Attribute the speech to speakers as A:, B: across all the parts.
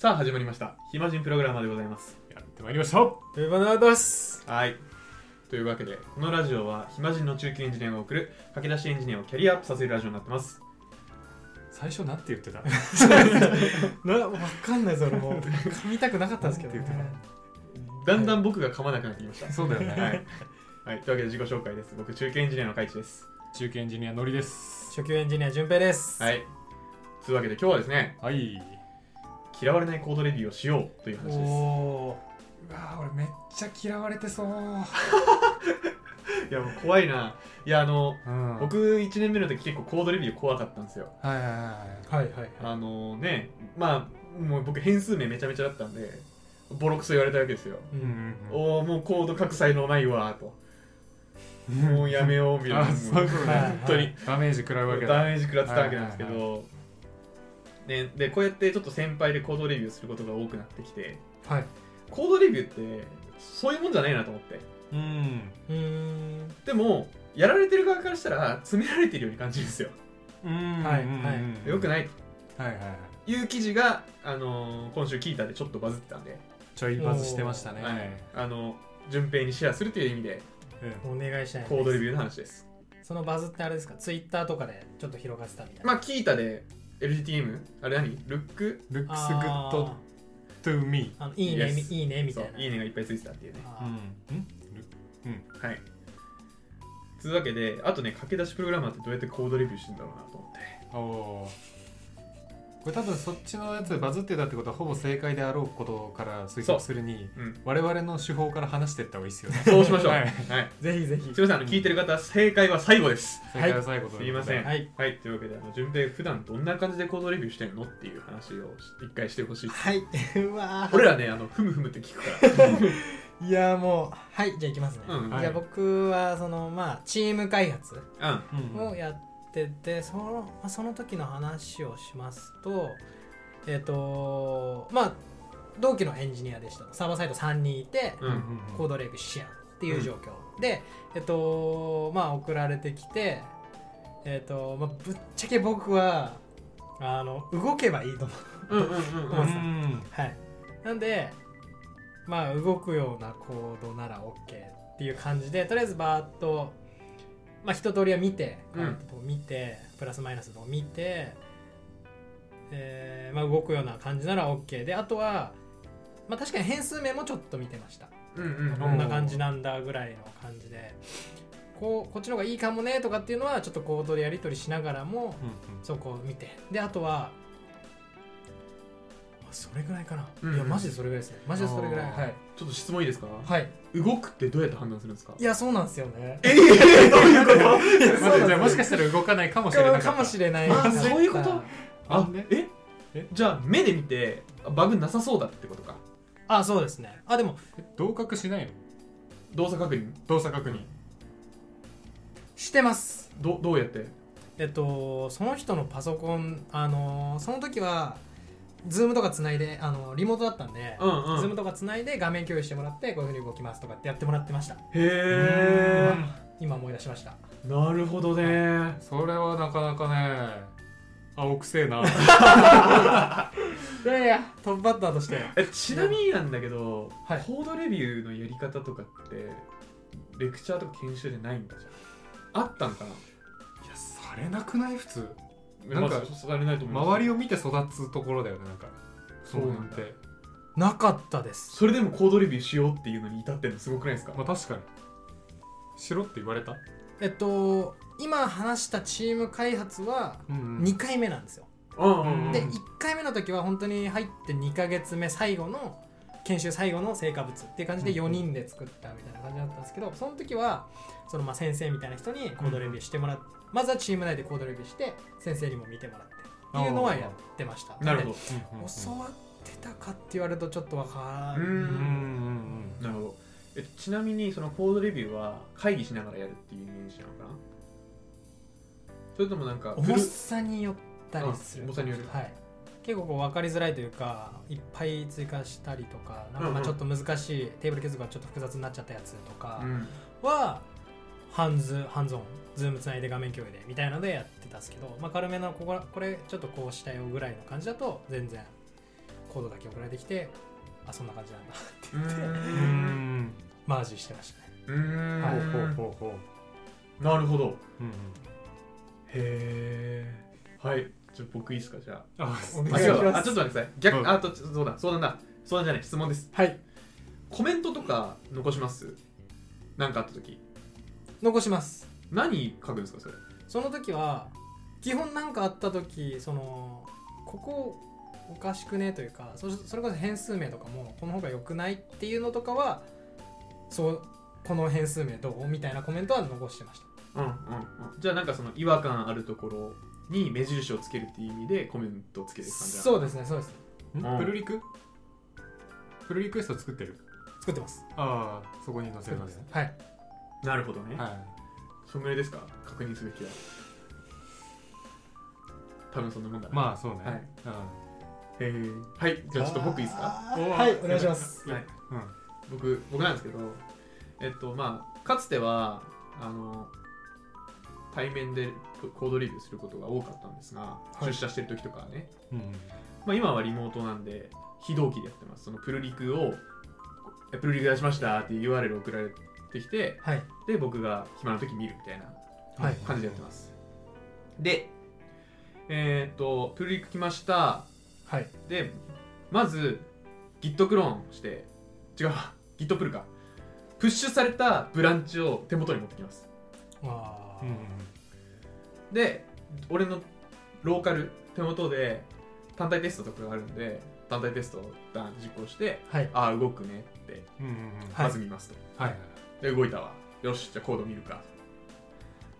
A: さあ始まりました暇人プログラマーでございます
B: やってまいりましたは
C: ウェバナーです。
A: はいというわけでこのラジオは暇人の中級エンジニアが送る駆け出しエンジニアをキャリアアップさせるラジオになってます
B: 最初なんて言ってた
C: な、わかんないぞ、俺も。噛みたくなかったんですけど、ね。
A: だんだん僕が噛まなくなってきました
B: そうだよ
A: は
B: ね
A: い、はい、というわけで自己紹介です僕中級エンジニアの海地です
B: 中堅エンジニアのりです
C: 初級エンジニア、淳平です。
A: はいというわけで今日はですね
B: はい
A: 嫌われないコードレビューをしようという話で
C: おー。
B: うわ俺めっちゃ嫌われてそう、
A: すいやもう怖いないやあの
B: うん、
A: 僕1年目の時結構コードレビュー怖かったんですよ
B: はいはいはい
C: はいはい。
A: あのねまあもう僕変数名めちゃめちゃだったんでボロクソ言われたわけですよ
C: う
B: うん
C: ん。
B: うん
A: おおもうコード書く才能ないわ ーと
B: うん
A: もうやめようみたいな
B: あそういうこと
C: はい
B: ね
A: 本当に
B: ダメージ食らうわけだ
A: ダメージ食らってたわけなんですけ
B: はい
A: どねでこうやってちょっと先輩でコードレビューすることが多くなってきて
C: はい。
A: コードレビューってそういうもんじゃないなと思って
B: うん
C: うーん。
A: でもやられてる側からしたら詰められてるように感じるんですよ
B: うん
C: はい
B: うん
C: はい
B: うん
A: よく
B: い
A: ないと
B: はいはいはい
A: いう記事が、あのー今週キータでちょっとバズってたんで、
B: ちょいバズしてましたね、
A: はいあの順平にシェアするという意味で
C: お願いしたいです
A: コードレビューの話です
C: そのバズってあれですか、ツイッターとかでちょっと広がってたみたいな。
A: まあキータで LGTM あれ何ルック
B: ルックスグッドトゥーミ
C: あーあのいいね、
A: Yes
C: いいねみ
A: そ
C: たいうな。
A: いいねがいっぱいついてたっていうね
B: ーう
C: あ
B: んんル
A: はい。というわけで、あとね、駆け出しプログラマーってどうやってコードレビューしてんだろうなと思って。
B: おーこれ多分そっちのやつでバズってたってことはほぼ正解であろうことから推測するに
A: うん。
B: 我々の手法から話していった方がいいですよね
A: そうしましょう。は
B: はいい。
C: ーぜひぜひ
A: す。みません、あの聞いてる方、正解は最後です。
B: 正解は最後ということ
A: すいません
C: はい。
A: はい。というわけで、あの、順平、普段どんな感じでコードレビューしてんのっていう話を一回してほしい。
C: はい。 うわ
A: 俺らね、あの、ふむふむって聞くから。
C: ー。いやーもう、はい、じゃあ行きますね。
A: うん
B: はい
C: じゃあ僕は、その、まあ、チーム開発。
A: うん。
B: うん
C: をやっててそのまあその時の話をしますとえっ、とまあ同期のエンジニアでしたサーバーサイド3人いて、
A: うん
C: コードレビューしやんっていう状況、でえっ、とまあ送られてきてえっ、と、まあ、ぶっちゃけ僕はあの動けばいいと思う
A: うんうんうんうん。
B: うん
C: はいなんでまあ動くようなコードなら OK っていう感じでとりあえずバーっとまあ一通りは見て、
A: うん
C: と見てプラスマイナスと見て、えーまあ、動くような感じなら OK であとは、まあ、確かに変数名もちょっと見てました、
A: うんうんうん
C: こんな感じなんだぐらいの感じでこうこっちの方がいいかもねとかっていうのはちょっとコードでやり取りしながらもそこを見てであとはあそれぐらいかな、
A: うんうん
C: いやマジでそれぐらいですねマジでそれぐらい
B: あー
C: はい
A: ちょっと質問いいですか
C: はい
A: 動くってどうやって判断するんですか
C: いやそうなんですよね
A: ええどういうこと
B: うん待ってじゃあもしかしたら動かないかもしれなかった
C: かもしれない
A: あそういうこと
B: な
A: あ
B: んで、
A: えじゃあ、目で見て、あバグなさそうだってことか。
C: あそうですねあでも
B: 同格しないの
A: 動作確認。
B: 動作確認
C: してます
A: どどうやって
C: えっとその人のパソコンあのーその時はズームとかつないであのーリモートだったんで、
A: うんうん
C: ズームとかつないで画面共有してもらってこういうふうに動きますとかってやってもらってました
A: へ
C: 今思い出しました
A: えなるほどね
B: それはなかなかね青くせえ な
C: いやいやトップバッターとして
A: えちなみになんだけど、
C: はい
A: コードレビューのやり方とかってレクチャーとか研修でないんだじゃんあったんか
B: いやされなくない普通
A: な
B: なんか
A: まあそされないと思います
B: 周り
A: を
B: を見て育つところだよねなんか
A: そうなんだ
B: て
C: なかったです
A: それでもコードレビューしようっていうのに至ってんのすごくないですか
B: まあ確かにしろって言われた
C: えっと今話したチーム開発は
B: うん
C: 2回目なんですよ、
A: うんうんうん
C: で
B: うん
C: 1回目の時は本当に入って2ヶ月目最後の研修最後の成果物っていう感じで
B: うん
C: 4人で作ったみたいな感じだったんですけどその時はそのまあ先生みたいな人にコードレビューしてもらって、まずはチーム内でコードレビューして先生にも見てもらってっていうのはやってました
A: なるほど
C: で教わってたかって言われるとちょっとわか
A: う
C: る
B: うんうんうんん
A: なるほどえちなみにそのコードレビューは会議しながらやるっていうイメージなのかなそれともなんか
C: 重さによったりする
A: あ重さによる
C: はい結構こう分かりづらいというかいっぱい追加したりとかなんか
A: うん
C: ま
A: うん
C: あちょっと難しい、テーブル結合がちょっと複雑になっちゃったやつとか、
A: うん
C: はハンズハンズオンズームつないで画面共有でみたいなのでやってたんですけど、まあ、軽めのこここれちょっとこうしたよぐらいの感じだと全然コードだけ送られてきてあそんな感じなんだ
A: う
B: う
A: ーん
B: ん
C: マージしてましたね
A: うーん
B: ほうほうほうほう
A: なるほど
B: うん
A: へえはいちょっと僕いいですかじゃあ
B: あ
C: お願
A: あ
C: い
A: 違
C: し
A: う
C: ます
A: わあちょっと待ってください逆、
B: うん
A: あとちょっとそうだ相談だ相談じゃない質問です
C: はい
A: コメントとか残します何かあった時
C: 残します
A: 何書くんですかそれ
C: その時は基本なんかあった時そのここおかしくねというかそそれこそ変数名とかもこの方が良くないっていうのとかはそうこの変数名どうみたいなコメントは残してました
A: うんうんうんじゃあなんかその違和感あるところに目印をつけるっていう意味でコメントをつける感じ
C: そうですねそうです
B: うんんプルリクプルリクエスト作ってる
C: 作ってます
B: ああそこに載せ
C: 作っ
B: る
C: て
B: の
C: ま
B: です
C: はい
A: なるほどね、
B: は
A: 署名ですか確認すべきだ多分そんなもんだ
B: いまあそうね
A: はい
B: うん
A: えーはいじゃあちょっと僕いいですか
C: はいお願いします
A: はい
B: うん
A: 僕僕なんですけどえっとまあかつてはあの対面でコードレビューすることが多かったんですが、
C: い
A: 出社してる時とかはね、
B: うん
A: まあ、今はリモートなんで非同期でやってますそのプルリクをえプルリク出しましたっていう URL 送られてきて
C: はい
A: で僕が暇な時見るみたいな
C: はい
A: 感じでやってます、でえーっとプルリク来ました
C: はい
A: でまず Git クローンして違うわ Git プルかプッシュされたブランチを手元に持ってきます
C: あ
B: うん
A: で俺のローカル手元で単体テストとかがあるんで単体テストをダン実行して
C: はい
A: ああ動くねって
B: うんうんうん
C: はい
A: まず見ますと、
B: はいはい
A: で動いたわよしじゃあコード見るか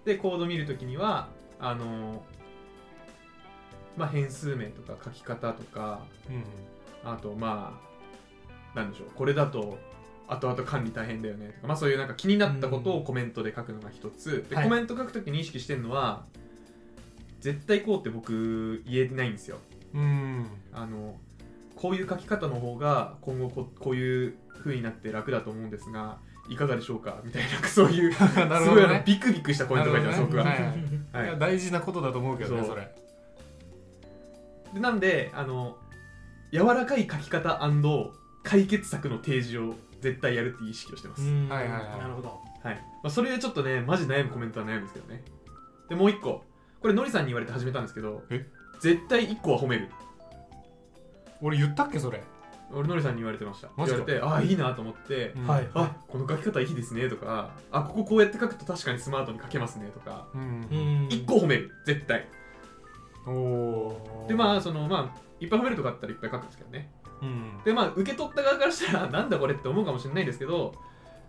A: でコード見るときにはあのーまあ変数名とか書き方とか
B: うん
A: あとまあなんでしょうこれだと後々管理大変だよねとか、まあ、そういうなんか気になったことをコメントで書くのが一つ、で
C: はい
A: コメント書くときに意識してるのは絶対こうって僕言えてないんですよ
B: うん
A: あのこういう書き方の方が今後ここういう風になって楽だと思うんですがいかがでしょうかみたいななんかそういうす
B: なるほ
A: ごい
B: ど
A: あの
B: ね
A: ビクビクしたコメント書いてます、
B: なるほ
A: 僕は
B: どね。はいはい
A: はい
B: いや大事なことだと思うけどね
A: そう
B: それ
A: でなんであの柔らかい書き方解決策の提示を絶対やるっていう意識をしてます、
C: ん
B: はいはいはい
C: なるほど
A: はいまあ、それでちょっとねマジ悩むコメントは悩むんですけどねでもう一個これのりさんに言われて始めたんですけど
B: え
A: 絶対一個は褒める
B: 俺言ったっけそれ
A: 俺のりさんに言われてました言
B: マジ
A: わ
B: か
A: れてああいいなと思って、
B: うん
C: はい
A: あこの書き方いいですねとかあこここうやって書くと確かにスマートに書けますねとか
B: うん
A: 一個褒める絶対
B: おお
A: でまあそのまあいっぱい褒めるとかあったらいっぱい書くんですけどね
B: うん
A: でまあ受け取った側からしたら なんだこれって思うかもしれないですけど、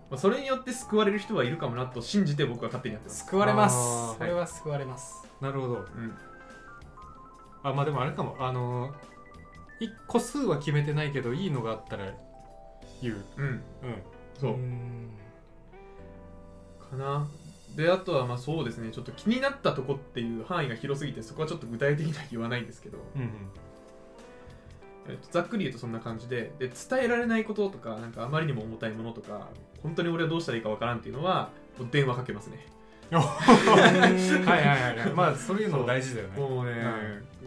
A: まあ、それによって救われる人はいるかもなと信じて僕は勝手にやってます、
C: 救われます
B: あー
C: これは救われます
B: なるほど
A: うん、
B: あまあでもあれかもあのーい個数は決めてないけどいいのがあったら言う
A: うん
B: うん
A: そう
C: うーん
A: かなであとはまあそうですねちょっと気になったとこっていう範囲が広すぎてそこはちょっと具体的には言わないんですけど、
B: うん
A: えっと、ざっくり言うとそんな感じでで伝えられないこととかなんかあまりにも重たいものとか本当に俺はどうしたらいいかわからんっていうのはもう電話かけますね
B: うんはいはいはいはいまあそういうの大事だよね
A: もうね、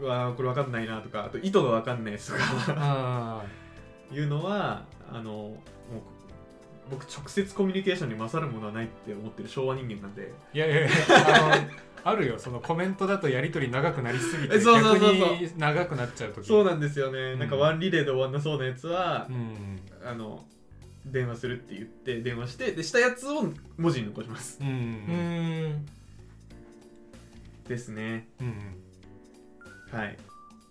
A: うわーこれわかんないなとかあと意図がわかんないですとか
B: あ
A: いうのはあのもう僕直接コミュニケーションに勝るものはないって思ってる昭和人間なんで
B: ーいやいやいやあのあるよそのコメントだとやりとり長くなりすぎて
A: えそうそうそうそう
B: 逆に長くなっちゃう時
A: そう
B: う
A: なんですよね、なんか
B: うん
A: ワンリレーで終わんなそうなやつは
B: うん
A: あの電話するって言って電話してでしたやつを文字に残します
B: うんう
C: うー
B: ん
C: ん
A: ですね
B: うん
A: はい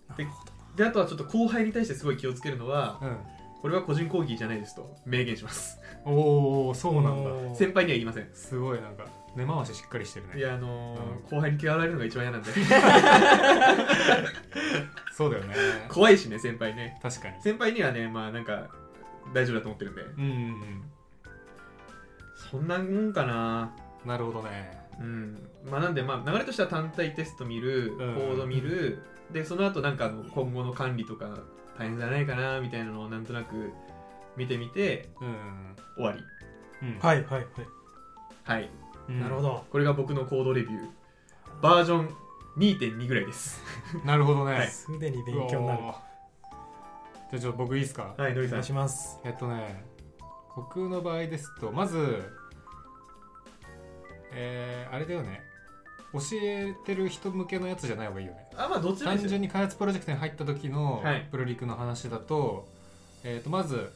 C: な
A: で
C: るほどな
A: であとはちょっと後輩に対してすごい気をつけるのは
B: うん
A: これは個人講義じゃないですと明言します
B: おおそうなんだ
C: おー
A: 先輩には言いません
B: すごいなんか根回ししっかりしてる
A: い
B: ね
A: やあのー
B: うん
A: 後輩に嫌われるのが一番嫌なんで
B: そうだよね
A: 怖いしね先輩ね
B: 確かに
A: 先輩にはねまあなんか大丈夫だと思ってるんで
B: うんうん
A: そんなもんかな
B: うんなるほどね
A: うんまあなんでまあ流れとしては単体テスト見るコ
B: うん
A: ード見る、でその後なんかあの今後の管理とか大変じゃないかなみたいなのをなんとなく見てみて
B: うん
A: 終わり
B: うん
C: はいはいはい
A: はい
B: うん
C: なる ほど
A: これが僕のコードレビューバージョン2.2ぐらいです
B: なるほどね、
A: はい
C: すでに勉強になる
B: うわじゃあちょっと僕いいですか、
A: はい、のり
C: お
A: さん
C: 願い。します
B: えっとね僕の場合ですとまずえー、あれだよね教えてる人向けのやつじゃない方がいいよね
A: あ、まあ、どちら
B: 単
A: にしろ
B: 純に開発プロジェクトに入った時の
A: はい
B: プロリクの話だと,、えー、とまず、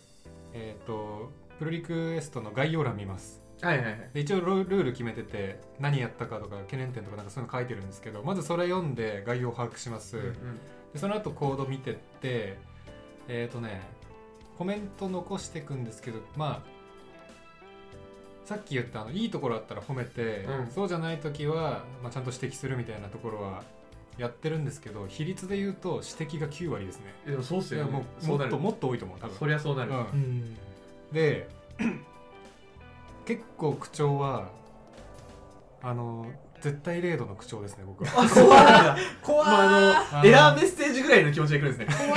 B: えー、とプロリクエストの概要欄見ます
A: はいはいはい。
B: で一応ルルール決めてて何やったかとか懸念点とかなんかそういうの書いてるんですけどまずそれ読んで概要を把握します、
A: うんうん
B: でその後コード見てってえっ、ー、とねコメント残していくんですけどまあさっき言ったあのいいところあったら褒めて、
A: うん
B: そうじゃない時は、まあ、ちゃんと指摘するみたいなところはやってるんですけど比率で言うと指摘が9割ですね
A: えでもそうっす
B: い
A: よ
B: や
A: ね。
B: もう
A: そう
B: も
A: な
B: っ
A: る
B: と。もっと多いと思う多分
A: そりゃそうなる。
B: うん
C: うん
B: で結構口調はあの絶対零度の口調ですね僕は
A: あ、 そうなんだ。
C: 怖い、
A: まあ、あ
B: あ
A: の、
B: ー
A: エラーメッセージぐらいの気持ちで来るんですね。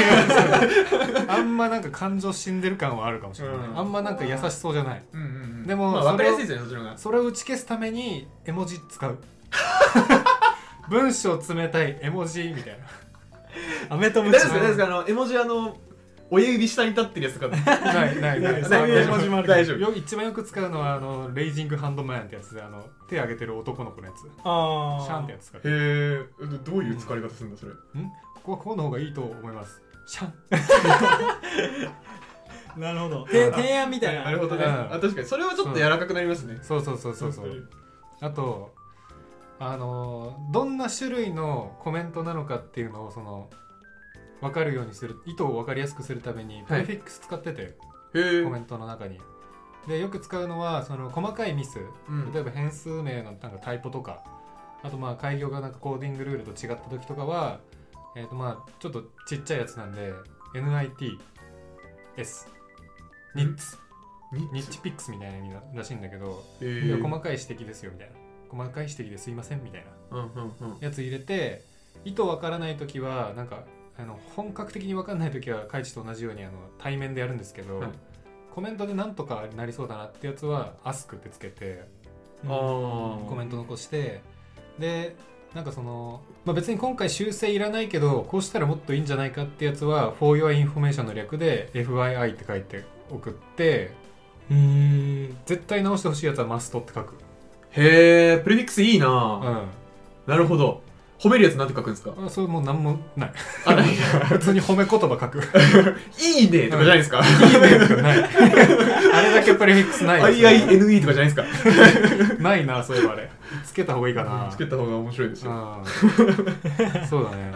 B: あんまなんか感情死んでる感はあるかもしれない、
A: うん
B: あんまなんか優しそうじゃない
A: うんうんうん。
B: でも
A: まあ、わかりやすいですよね、そっちの方が。
B: それを打ち消すために絵文字 使う文章冷たい絵文字みたいな
C: アメ と
A: 大
C: ム
A: 丈
C: チ
A: 夫ですか大丈夫ですかあの、絵文字あの、親指下に立ってるやつとか。
B: ないないない
C: そういう絵文字もあるから
A: 大丈夫。
B: よ一番よく使うのはあのレイジングハンドマンってやつであの手挙げてる男の子のやつシ
C: あ
B: ャ
C: あ
B: ンってやつ使う
A: へえ、どういう使い方するんだ、それ。
B: ここはこうの方がいいと思いますシャン
C: なるほどて提案みたいな
A: なるほどね。
B: うん
A: あ、確かに。それはちょっと柔らかくなりますね。
B: そうそうそうそうそうあとあのーどんな種類のコメントなのかっていうのをその分かるようにする意図を分かりやすくするためにプレフィックス使ってて、
A: へえ。
B: コメントの中にでよく使うのはその細かいミス
A: うん
B: 例えば変数名のなんかタイプとかあとまあ開業がなんかコーディングルールと違った時とかはえっ、とまあちょっとちっちゃいやつなんで NITS ニッツニッチピックスみたいな意味らしいんだけど
A: へえ。
B: いや細かい指摘ですよみたいな細かい指摘ですいませんみたいな
A: うんうんうん。
B: やつ入れて意図わからない時はなんかあの本格的にわかんない時はカイチと同じようにあの対面でやるんですけど、
A: はい
B: コメントでなんとかなりそうだなってやつは「アスクってつけて
C: うん
A: あ
B: コメント残してでなんかその、まあ、別に今回修正いらないけどこうしたらもっといいんじゃないかってやつは「for your information」の略で「FYI」って書いて送って
C: うーん
B: 絶対直してほしいやつは「マスト」って書く。
A: へえ、プレフィックスいいうなんなるほど。褒めるやつなんて書くんですか
B: あそれもう何もない。
A: あ、ない。
B: 普通に褒め言葉 書く。
A: いいねとかじゃないですか。
B: いいねとかない。あれだけプレフィックスないですね、
A: IINE とかじゃないですか。
B: ないな、そういえばあれ。つけた方がいいかな。
A: つけた方が面白いですよ。
B: あーそうだね。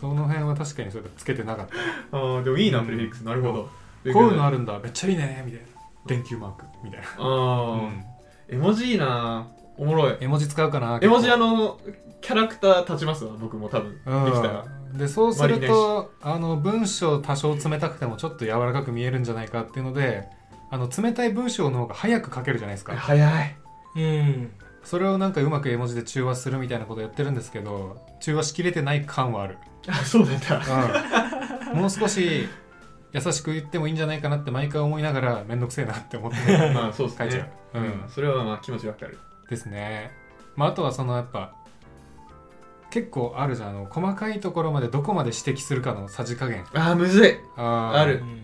B: その辺は確かにそれつけてなかった。
A: あーでもいいな、
B: うん
A: プレフィックス。なるほど。
B: こういうのあ
A: る。
B: るんだ、めっちゃいいね、みたいな。電球マーク、みたいな。
A: あー、絵文字いいなおもろい。
B: 絵文字使うかな。
A: 絵文字あ
B: の、
A: の、キャラクター立ちますわ、僕も多分。で
B: うん
A: きたら。
B: でそうする
A: 割り
B: とあの文章多少冷たくてもちょっと柔らかく見えるんじゃないかっていうのであの冷たい文章の方が早く書けるじゃないですか
A: 早い。
C: うん
B: それをなんかうまく絵文字で中和するみたいなことやってるんですけど中和しきれてない感はある、
A: あ、そうなんだ。
B: もう少し優しく言ってもいいんじゃないかなって毎回思いながらめんどくせえなって思って
A: まあ、そうです
B: 書
A: ね。
B: いちゃう、うん
A: ん。それはまあ気持ちわかる。
B: ですね、まあ、あとはそのやっぱ結構あるじゃんあの細かいところまでどこまで指摘するかのさじ加減
A: あー、むずい。
B: あー
A: あ
C: う
A: る
C: ん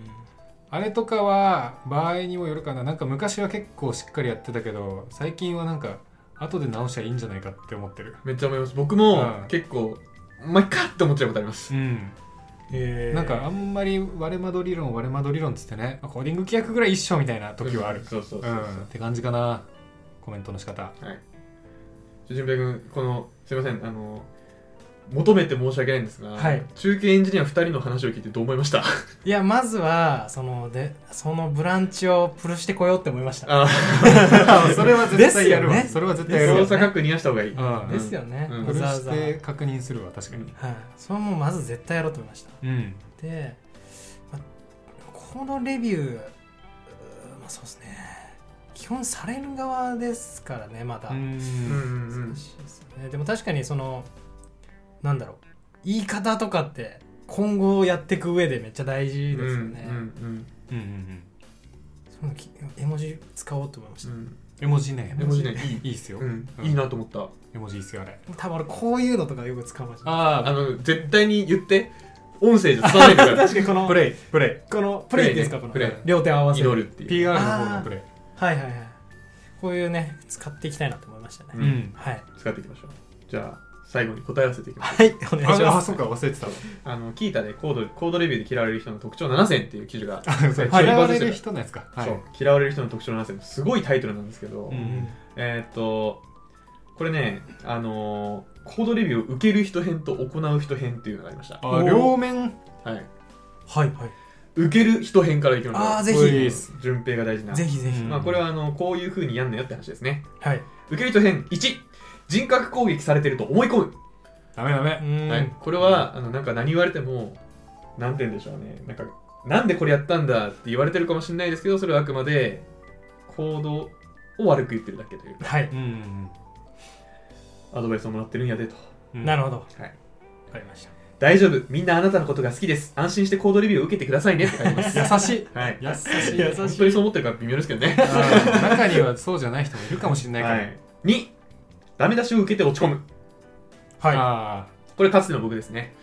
B: あれとかは場合にもよるかななんか昔は結構しっかりやってたけど最近はなんか後で直しゃいいんじゃないかって思ってる
A: めっちゃ思います。僕
B: う
A: も
B: ん
A: 結構、まあ、いっかって思っちゃうことあります。
B: うん
C: えー
B: なんかあんまり割れ窓理論割れ窓理論っつってねまあコーディング規約ぐらい一緒みたいな時はある、
A: そうそう
B: う
A: そうそ
B: ん
A: う。
B: って感じかなコメントの仕方
A: じゃあ純平君このすいませんあの求めて申し訳ないんですが、
C: はい
A: 中継エンジニア2人の話を聞いてどう思いま した
C: いやまずはそのでそのブランチをプルしてこようって思いました
A: あ
B: それは絶対やるわ、
C: ですよね
B: それは絶対
A: 操
B: やるわ
C: で
A: 作確認はした方がいい、
B: うん
C: ですよね、
A: うん
B: フ
C: わ
B: ル
C: ざわ
B: し
C: ざ、
B: て確認するわ確かに
C: はい、それはもうまず絶対やろうと思いました
B: うん
C: で、まあ、このレビューうーまあそうですね基本される側ですからねまだ、
A: うんうんうん
C: 難しいですねでも確かにそのなんだろう言い方とかって今後やっていく上でめっちゃ大事ですよね、
A: うんうん
B: うんうんうん
C: そのき絵文字使おうと思いまし
A: う
C: た、
A: ん
B: 絵文字ね
A: 絵文字ね
B: いいっすよ、
A: うん
B: うん
A: いいなと思った
B: 絵文字いいっすよあれ
C: 多分俺こういうのとかよく使うかもしれない
B: あ
A: あの絶対に言って音声じゃ伝わらないんだか
C: 確かにこ
B: う
C: の
B: プレイプレ
C: この
A: プ
C: プ
A: レイ
C: レ
A: ね
C: イですかこの
A: プレイ
C: 両手を合わ
A: ら
C: せる
A: 祈るって
B: イ
A: いう
B: PR の方のプレイ
C: はいはいはいこういうね使っていきたいなと思いましたね、
A: う
B: うんん
C: はい
A: 使っていきましょうじゃあ最後に答え合わせていきましょう
C: はいお願いし
B: あ
C: ま
B: あ
C: す
B: そうか忘れてたわ
A: あのキータでコードコードレビューで嫌われる人の特徴7選っていう記事が、
B: あそう
A: はい
B: 嫌われる人のやつかはい
A: そう嫌われる人の特徴7選すごいタイトルなんですけど、
B: うん
A: えーっとこれねあのーコードレビューを受ける人編と行う人編っていうのがありました
B: あ両面
A: はい
C: はいはい
A: 受ける人編からいきましょう
C: あーぜ
B: これいい
C: ひ
B: っす
A: 順平が大事な
C: ぜひぜひ、
B: うん
A: まあ、これはあのこういうふうにやんなよって話ですね
C: はい
A: 受ける人編1人格攻撃されてると思い込む、
B: ダメダメ
C: うん
A: はい、これはあのなんか何言われても何て言うんでしょうねなんかなんでこれやったんだって言われてるかもしれないですけどそれはあくまで行動を悪く言ってるだけという
C: はい
B: うん
A: アドバイスをもらってるんやでと
B: うん
C: なるほどわ
A: はい
C: かりました
A: 大丈夫みんなあなたのことが好きです安心してコードレビューを受けてくださいねって書いてます
B: 優しい
A: はい
B: 優しい
C: 優しい
A: 本当にそう思ってるから微妙ですけどね
B: あー中にはそうじゃない人もいるかもしれないから、
A: はい2ダメ出しを受けて落ち込む
C: はい
B: あ
A: これかつての僕ですね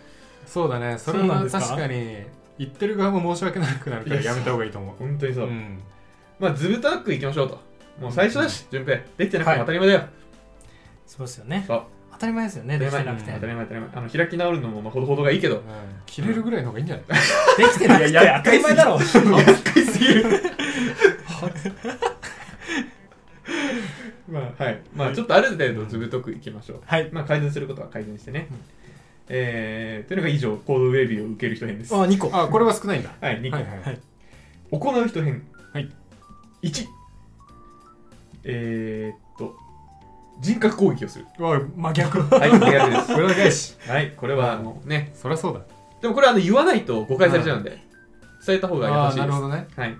B: ーそうだねそれ
C: そうなん
B: は
C: ですか
B: 確かに言ってる側も申し訳なくなるからやめた方がいいと思
A: 本当に
B: う
A: そう、
B: うん
A: まあずぶたくいきましょうともう最初だし順平できてなくても当たり前だよ、
C: そうですよね
A: そう
C: 当たり前ですよね
A: 当た
C: で
A: り前
C: きてなくて、
A: 当たり前当たり前あの開き直るのもまあほどほどがいいけど
B: うん切れるぐらいの方がいいんじゃない
C: できてなくて
A: いや
C: 当たり前だろ
A: 厄介すぎるまあはいまあちょっとある程度ずぶとくいきましょう、
C: はい
A: まあ改善することは改善してね、
C: うん
A: えーというのが以上コードレビューを受ける人編です
C: あ二個
B: あこれは少ないんだ
A: はい2個、
B: はいはい
C: はい
A: 行う人編、
B: はい、
A: 1えー、っと人格攻撃をする
B: うわ真逆
A: はい苦手で
B: これは返し
A: すはいこれはあのね
B: そりゃそうだ
A: でもこれあの言わないと誤解されちゃうんで、伝えた方が優
B: あー
A: しい
B: な
A: で
B: る
A: す
B: ほ。どね、
A: はい。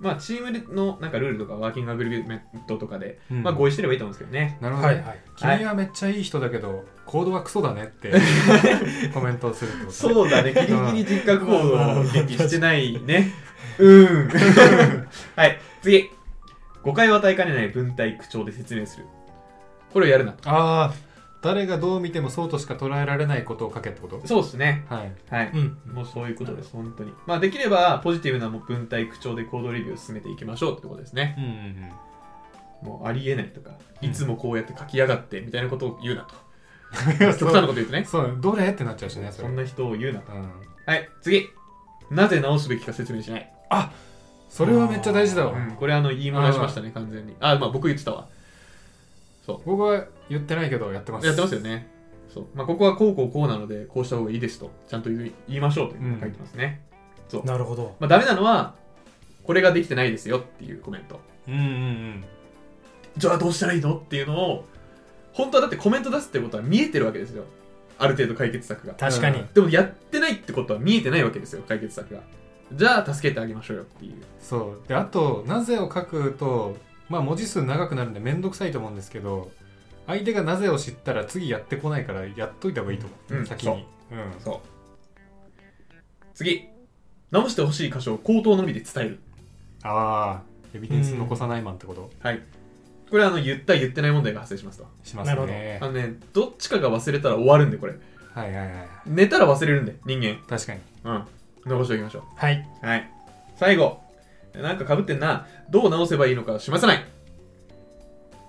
A: まあ、チームのなんかルールとかワーキングアグリメントとかで、
B: うん
A: まあ合意してればいいと思うんですけどね。
B: なるほど
C: は
B: ね、
C: いはい
B: 君はめっちゃいい人だけど行動はクソだねって コメントをするってことう
A: そうだね、ギリギリ人格行動を
C: うん
A: してないね。うん。はい、次。誤解を与えかねない文体口調で説明する。これをやるなと。
B: ああ誰がどう見てもそうとしか捉えられないことを書けってこと
A: そうですね。
B: はい
A: はい。
C: うん
A: もうそういうことです、本当に。まあ、できればポジティブなもう文体口調で行動レビューを進めていきましょうってことですね。
B: うんうんうん
A: もうありえないとか、
B: うん
A: いつもこうやって書きやがってみたいなことを言うなと。
B: そ
A: 極端なこ
B: う
A: と言うとね。
B: そうどれってなっちゃうしねそ
A: そ
B: れ
A: んな人を言うなと。
B: うん、
A: はい、次。なぜ直すべきか説明しない。
B: それはめっちゃ大事だわ、
A: うんこれ、あの、言い回しましたね、完全に。あ、まあ僕言ってたわ。
B: 僕は言ってないけどやってます
A: やってますよね。そう。まあここはこうこうこうなので、こうした方がいいですと。ちゃんと言い言いましょうというふうに書いてますね。
C: なるほど
A: まあダメなのは、これができてないですよっていうコメント。
B: うんうんうん
A: じゃあどうしたらいいのっていうのを、本当はだってコメント出すってことは見えてるわけですよ。ある程度解決策が。
C: 確かに、
B: うん
A: でもやってないってことは見えてないわけですよ解決策がじゃあ助けてあげましょうよっていう
B: そうであと「なぜ」を書くとまあ文字数長くなるんで面倒くさいと思うんですけど相手が「なぜ」を知ったら次やってこないからやっといた方がいいと思う、
A: うん
B: 先にう、ん、
A: そう次直してほしい箇所を口頭のみで伝える
B: ああエビデンス残さないマンってこと
A: はいこれあの言った言ってない問題が発生しますと
B: しますね
A: あのねどっちかが忘れたら終わるんでこれ
B: はいはいはい
A: 寝たら忘れるんで人間
B: 確かに
A: うん残しておきましょ
C: はい、
A: うはい最後なんかかぶってんなどう直せばいいのか示さない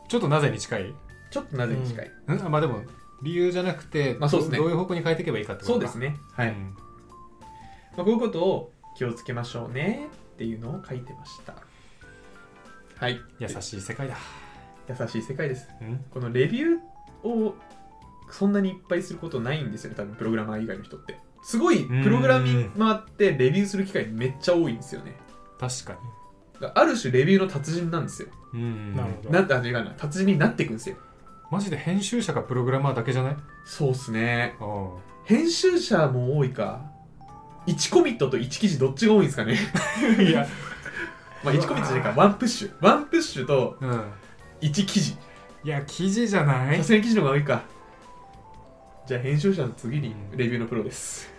B: ちょっと「なぜ」に近いん
A: ちょっとなぜに近い、
B: あまあでも理由じゃなくて、
A: まあそうっすね
B: どどういう方向に変えていけばいいかってこと
A: そう
B: か
A: ですねはい、
B: うん
A: まあ、こういうことを気をつけましょうねっていうのを書いてましたはい
B: 優しい世界だ、
A: 優しい世界です
B: うん、
A: このレビューをそんなにいっぱいすることないんですよね多分プログラマー以外の人ってすごい
B: ーん
A: プログラミンマーってレビューする機会めっちゃ多いんですよね
B: 確か
A: だからある種レビューの達人なんですよ
B: にうん
C: なるほど
A: なあ違うな達人になっていくんですよ
B: マジで編集者かプログラマーだけじゃない
A: そうっすね
B: あ
A: 編集者も多いか1コミットと1記事どっちが多いんですかね
B: あいや
A: まあ1コミットじゃないかワンプッシュワンプッシュと
B: うん
A: 1記事
B: いや記事じゃない
A: さすがに記事の方が多いかじゃあ編集者の次にレビューのプロです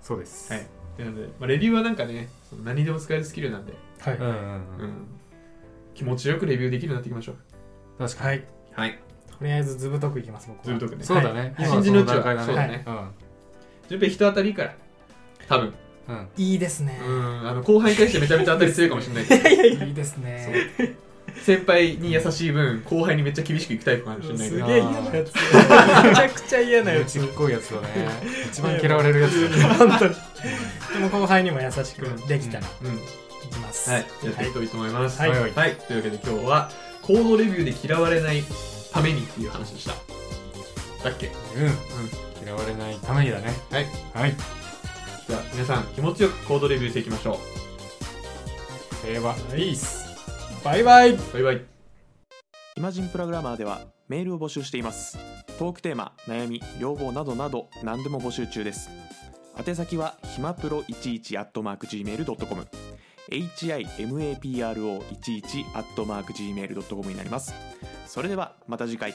B: そうです
A: はいなので、まあ、レビューはなんかねその何でも使えるスキルなんで、
C: はい
B: うんうん
A: う
B: うん
A: ん、気持ちよくレビューできるようになっていきましょう
B: 確かに、
C: はい、
A: はい
C: とりあえずずぶとくいきます僕は
A: ずぶとくね
B: そうだね、
A: はい
B: 今は
A: 新人のうちは
B: その段階だね
A: そうだね
B: うん
A: 順平人当たりいいから多分
B: うん
C: いいですね、
A: うんあの後輩に対してめちゃめちゃ当たり強いかもしれないけ ど
C: いいですね
A: 先輩に優しい分後輩にめっちゃ厳しくいくタイプかもしれない
C: す
A: け
C: げ
A: ど
C: え嫌な やつめちゃくちゃ嫌なや
B: う
C: つ
B: ちっこいやつ だね一番嫌われるやつだね
C: 本当にでも後輩にも優しくできたら
A: うん
C: いきます、
A: はい、やっていきたいと思います。
C: はい
B: はい
A: というわけで今日は行動レビューで嫌われないためにっていう話でした。だっけ
B: うん嫌われないためにだね
A: はい。
B: はい
A: じゃあ皆さん気持ちよく行動レビューしていきましょ
B: 平和ピース
C: バイバイ
A: う。バイバイ。
D: イマジンプログラマーではメールを募集していますトークテーマ悩み要望などなど何でも募集中です宛先はひまプロ11 at mark gmail.com himapro11 at mark gmail.com になりますそれではまた次回